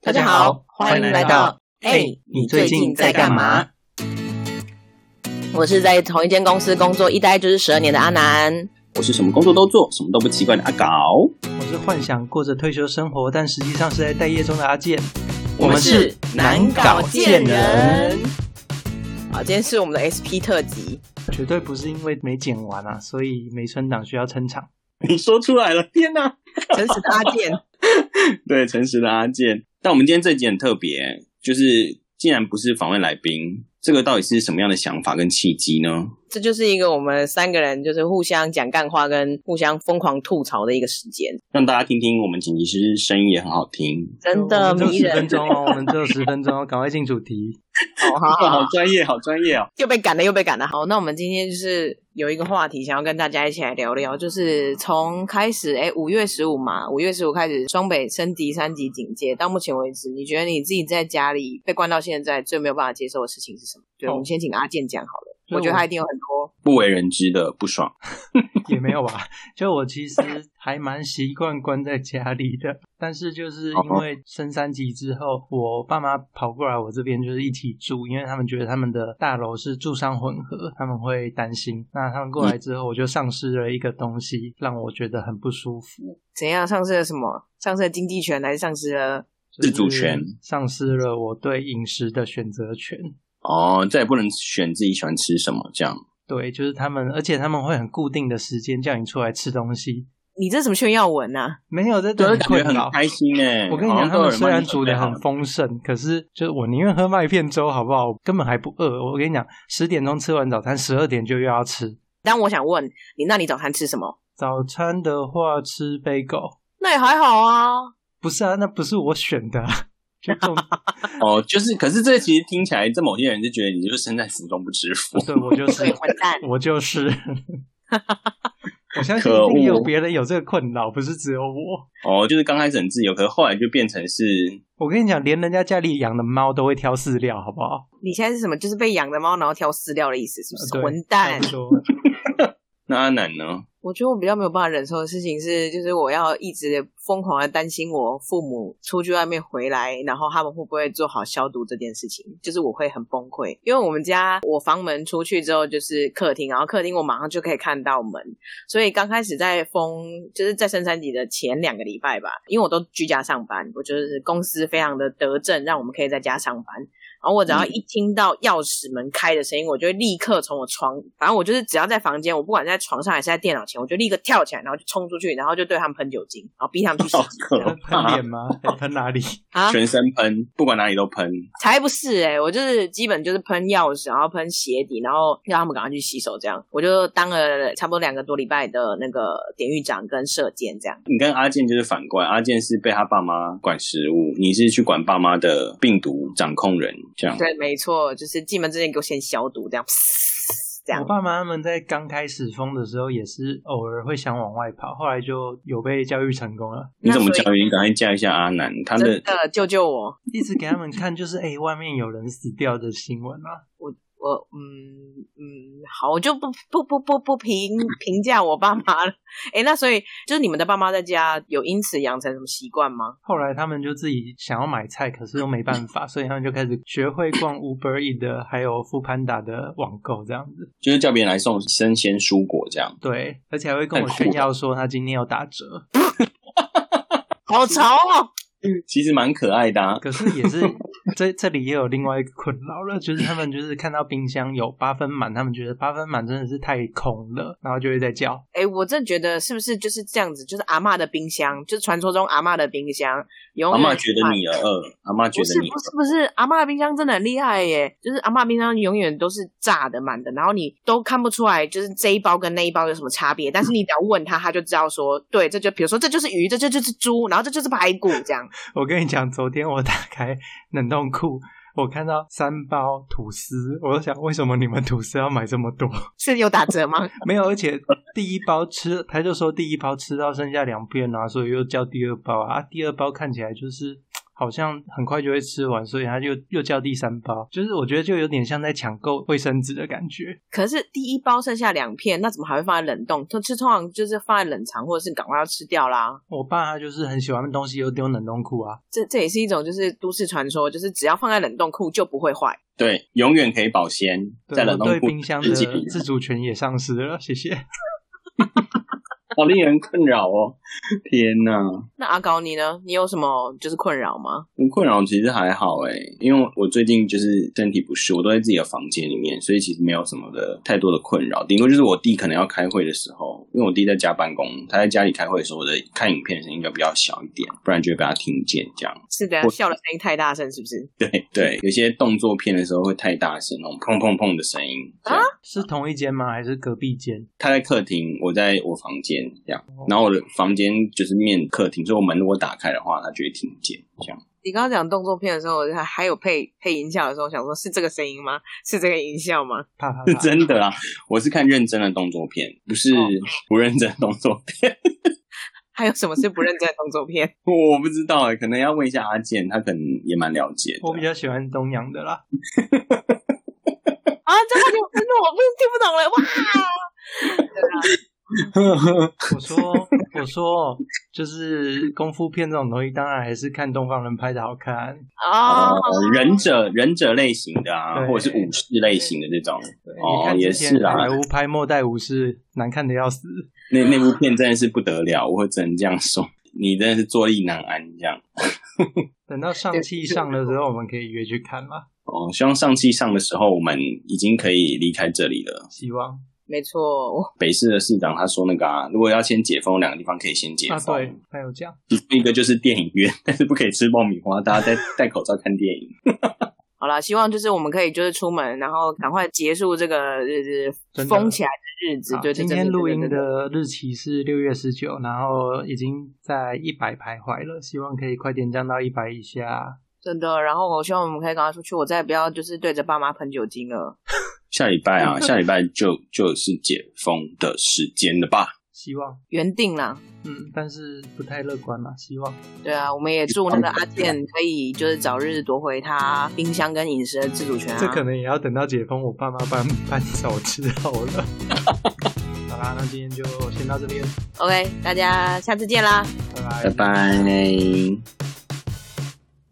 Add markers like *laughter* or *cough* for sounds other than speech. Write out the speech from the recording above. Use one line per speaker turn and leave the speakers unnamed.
大家好，欢迎来到。哎，
你
最近在干嘛？我是在同一间公司工作一待就是十二年的阿南。
我是什么工作都做，什么都不奇怪的阿搞。
我是幻想过着退休生活，但实际上是在待业中的阿健。
我们是
难搞贱人，
好，今天是我们的 SP 特辑。 *laughs*
绝对不是因为没剪完啊，所以没存档需要撑场。
*laughs* 你说出来了，天哪！
诚实的阿 *laughs* 健，
对，诚实的阿健。但我们今天这集很特别，就是竟然不是访问来宾，这个到底是什么样的想法跟契机呢？
这就是一个我们三个人就是互相讲干话跟互相疯狂吐槽的一个时间，
让大家听听我们剪辑师声音也很好听，
真的
我们
迷
只有十分
人。
钟哦，我们只有十分钟哦，赶快进主题。
哦，好
啊
好
哇，
好
好，专业，好专业哦！
又被赶了，又被赶了。好，那我们今天就是有一个话题想要跟大家一起来聊聊，就是从开始，哎，五月十五嘛，五月十五开始，双北升级三级警戒，到目前为止，你觉得你自己在家里被关到现在最没有办法接受的事情是什么？对，
哦
我们先请阿健讲好了，
所
我
以
觉得他一定有很多。
不为人知的不爽，
*laughs* 也没有吧，就我其实还蛮习惯关在家里的，但是就是因
哦
为升三级之后，我爸妈跑过来我这边就是一起住，因为他们觉得他们的大楼是住商混合，他们会担心。那他们过
嗯
来之后，我就丧失了一个东西，让我觉得很不舒服。
怎样丧失了什么？丧失了经济权，还是丧失了？
就是
自主权
丧失了我对饮食的选择权。
哦，再也不能选自己喜欢吃什么，这样
对，就是他们，而且他们会很固定的时间叫你出来吃东西，
你这什么炫耀文啊？
没有这
对，
很
感觉
困
很
扰。
开心哎。
我跟你
好
讲，
像
他
都
们
有人
虽
帮
然
你
煮
准备
的
好
很
了
丰盛，可是就是我宁愿喝麦片粥，好不好？我根本还不饿。我跟你讲，十点钟吃完早餐，十二点就又要吃
但我想问你，那你早餐吃什么？
早餐的话，吃杯狗
那也还好啊，
不是啊，那不是我选的啊、就这种
*laughs* 哦，就是，可是这其实听起来，这某些人就觉得你就是身在福中不知福，
对我就是。
对，混蛋
我
*laughs*
就是，我相信
可
一定有
恶
别人有这个困扰，不是只有我。
哦，就是刚开始很自由，可是后来就变成是，
我跟你讲，连人家家里养的猫都会挑饲料，好不好？
你现在是什么？就是被养的猫，然后挑饲料的意思，是不是？
对
混
差
蛋
哎
不！
*laughs*
多。
那阿南呢？
我觉得我比较没有办法忍受的事情是，就是我要一直疯狂的担心我父母出去外面回来，然后他们会不会做好消毒这件事情，就是我会很崩溃。因为我们家我房门出去之后就是客厅，然后客厅我马上就可以看到门，所以刚开始在封，就是在升三级的前两个礼拜吧，因为我都居家上班，我就是公司非常的得政，让我们可以在家上班。然后我只
嗯
要一听到钥匙门开的声音，我就会立刻从我床，反正我就是只要在房间，我不管在床上还是在电脑前，我就立刻跳起来，然后就冲出去，然后就对他们喷酒精，然后逼他们去洗
好
澡
可
喷
怕
脸，吗？还喷哪里？
啊！
全身喷，不管哪里都喷，
才不是哎、我就是基本就是喷钥匙，然后喷鞋底，然后让他们赶快去洗手，这样我就当了差不多两个多礼拜的那个典狱长跟射箭这样。
你跟阿健就是反过来，阿健是被他爸妈管食物，你是去管爸妈的病毒掌控人，这样。
对，没错，就是进门之前给我先消毒，这样，这样
我。爸妈他们在刚开始封的时候，也是偶尔会想往外跑，后来就有被教育成功了，
你怎么
那所以
教育？你赶快教一下阿南，他的
真的救救我！
一直给他们看就是哎、诶外面有人死掉的新闻啊。
我嗯嗯，好，我就不不不不不评评价我爸妈了。 *laughs* 哎，那所以就是你们的爸妈在家有因此养成什么习惯吗？
后来他们就自己想要买菜，可是又没办法，所以他们就开始学会逛 Uber E 的，还有 f o o p a n d a 的网购这样子。
就是叫别人来送生鲜蔬果这样。
对，而且还会跟我
太酷
炫
了
耀说他今天有打折，
好潮哦！
其实蛮可爱的、啊，
可是也是这这里也有另外一个困扰了，就是他们就是看到冰箱有八分满，他们觉得八分满真的是太空了，然后就会在叫。
哎，我真觉得是不是就是这样子？就是阿嬷的冰箱，就是传说中阿嬷的冰箱，永
阿
远
妈觉得
满
你儿饿，阿妈觉
不是
得你
不是不是，阿嬷的冰箱真的很厉害耶！就是阿嬷冰箱永远都是炸的满的，然后你都看不出来，就是这一包跟那一包有什么差别。但是你只要问他，他就知道说，对，这就比如说这就是鱼，这就就是猪，然后这就是排骨这样。
我跟你讲，昨天我打开冷冻库，我看到三包吐司，我就想为什么你们吐司要买这么多？ *laughs*
是有打折吗？ *laughs*
没有，而且第一包吃，他就说第一包吃到剩下两片啊，所以又叫第二包啊。啊第二包看起来就是好像很快就会吃完，所以他就又叫第三包，就是我觉得就有点像在抢购卫生纸的感觉。
可是第一包剩下两片，那怎么还会放在冷冻？就就通常就是放在冷藏，或者是赶快要吃掉啦。
我爸他就是很喜欢东西又丢冷冻库啊，
这这也是一种就是都市传说，就是只要放在冷冻库就不会坏。
对，永远可以保鲜，
对
在冷
我
冻
对
库
冰箱的
自己
自主权也丧失了，谢谢。 *laughs*
好令人困扰哦！天哪，
那阿高你呢？你有什么就是困扰吗？
我困扰其实还好诶，因为我最近就是身体不适，我都在自己的房间里面，所以其实没有什么的太多的困扰，顶多就是我弟可能要开会的时候，因为我弟在家办公，他在家里开会的时候，我的看影片的声音应该比较小一点，不然就会被他听见这样。
是的，
我
笑的声音太大声，是不是？
对对，有些动作片的时候会太大声，那种砰砰砰的声音。这样
是同一间吗？还是隔壁间？
他在客厅，我在我房间这样，然后我的房间就是面客厅，所以我门如果打开的话，他就会听见这样。
你刚刚讲动作片的时候，我还还有配配音效的时候，我想说是这个声音吗？是这个音效吗？
啪啪
是
啪！
*laughs* 真的啊，我是看认真的动作片，不是
哦
不认真的动作片。 *laughs*
还有什么是不认真的动作片？
我不知道哎、可能要问一下阿健，他可能也蛮了解
我比
的。
较喜欢东阳的啦。
*laughs* 啊，这个就真的我不是听不懂了哇！*laughs*
我说，我说，就是功夫片这种东西，当然还是看东方人拍的好看。
啊、
呃忍者忍者类型的
哦
啊，
对
或者是武士类型的这种，
对
哦
你看之前
也是啊
海屋拍《末代武士》，难看的要死。
那那部片真的是不得了，我只能这样说，你真的是坐立难安这样。
等到上汽上的时候，我们可以约去看嘛？
哦，希望上期上的时候，我们已经可以离开这里了。
希望
没错，我
北市的市长他说那个啊，如果要先解封，两个地方可以先解
啊，
封，
哦
对，还有这样，
其中一个就是电影院， *laughs* 但是不可以吃爆米花，大家戴戴口罩看电影。
好啦，希望就是我们可以就是出门，然后赶快结束这个日子
真的
封起来的日子。
好
对，
今天录音
的
的日期是六月十九，然后已经在一百徘徊了，希望可以快点降到一百以下。
真的。然后我希望我们可以赶快出去，我再也不要就是对着爸妈喷酒精了。
下礼拜啊，下礼拜就就是解封的时间了吧？
希望，
原定啦，
嗯，但是不太乐观嘛，希望。
对啊，我们也祝那个阿健可以就是早日夺回他冰箱跟饮食的自主权啊。
这可能也要等到解封，我爸妈搬搬走之后 *laughs* 了。好啦，那今天就先到这边，
OK，大家下次见啦。
拜拜
拜。拜。